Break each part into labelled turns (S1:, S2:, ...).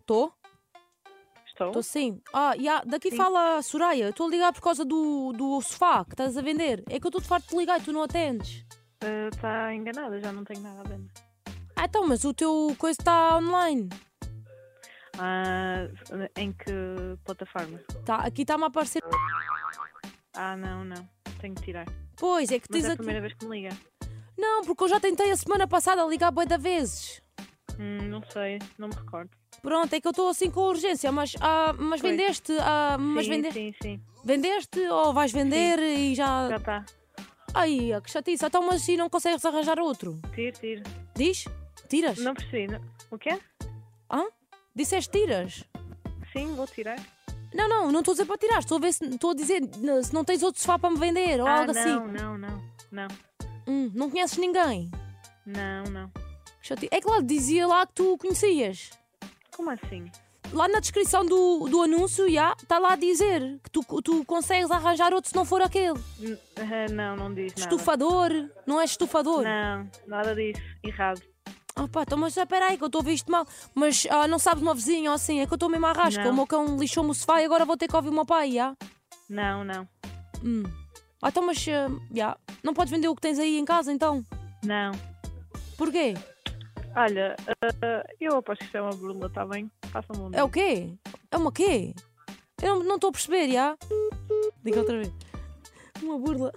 S1: Estou?
S2: Estou?
S1: Estou sim. Ah, e há- daqui
S2: Sim.
S1: fala a Soraya. Eu Estou a ligar por causa do, do sofá que estás a vender. É que eu estou de farto de ligar e tu não atendes.
S2: Está eh, tá enganada, já não tenho nada a vender.
S1: Ah, então, mas o teu coisa está online.
S2: Ah, em que plataforma?
S1: Tá, aqui está-me a aparecer.
S2: Ah, não, não. Tenho que tirar.
S1: Pois, é que
S2: Mas
S1: tens
S2: é a
S1: aqui.
S2: primeira vez que me liga.
S1: Não, porque eu já tentei a semana passada ligar boi da vezes.
S2: Hum, não sei, não me recordo.
S1: Pronto, é que eu estou assim com urgência, mas, ah, mas
S2: Pois.
S1: vendeste, ah, mas
S2: sim,
S1: vende-
S2: sim, sim.
S1: vendeste ou vais vender e
S2: Já tá.
S1: já.
S2: está.
S1: Ai, que chatice. Então, mas e não consegues arranjar outro?
S2: Tiro, tiro.
S1: Diz? Tiras?
S2: Não percebi. não- O quê?
S1: Hã? Disseste tiras?
S2: Sim, vou tirar.
S1: Não, não, não estou a dizer para tirar, estou a ver se estou a dizer n- se não tens outro sofá para me vender ou
S2: ah,
S1: algo
S2: não,
S1: assim.
S2: não, não. Não,
S1: Hum, não conheces ninguém.
S2: não, não.
S1: Que chati- É que lá dizia lá que tu conhecias.
S2: Como assim?
S1: Lá na descrição do, do anúncio, já, está lá a dizer que tu, tu consegues arranjar outro se não for aquele.
S2: N- ah, não, não diz nada.
S1: Estufador, não é estufador.
S2: Não, nada disso. Errado.
S1: Ah pá, então mas espera aí que eu estou a ver isto mal. Mas ah, não sabes uma vizinha ou assim, é que eu estou mesmo à rasca.
S2: Não.
S1: O meu cão lixou-me o sofá e agora vou ter que ouvir o meu pai, já.
S2: Não, não.
S1: Hum. Ah, então mas, ah, já, não podes vender o que tens aí em casa então?
S2: Não.
S1: Porquê?
S2: Olha, ah, eu aposto que isto é uma burla, está bem? Faça-me um
S1: É o quê? É uma quê? Eu não- não estou a perceber, já? Diga outra vez. Uma burla.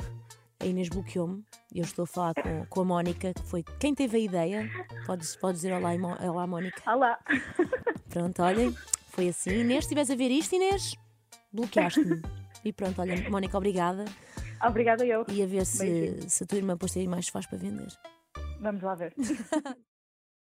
S1: A Inês bloqueou-me. e Eu estou a falar com, com a Mónica, que foi quem teve a ideia. Podes, podes dizer olá, Imo- olá, Mónica.
S2: Olá.
S1: Pronto, olhem. Foi assim. Inês, se estiveres a ver isto, Inês, bloqueaste-me. E pronto, olha, Mónica, obrigada.
S2: Obrigada eu.
S1: E a ver
S2: Beijinho.
S1: se, se a tua irmã depois tem mais faz para vender.
S2: Vamos lá ver.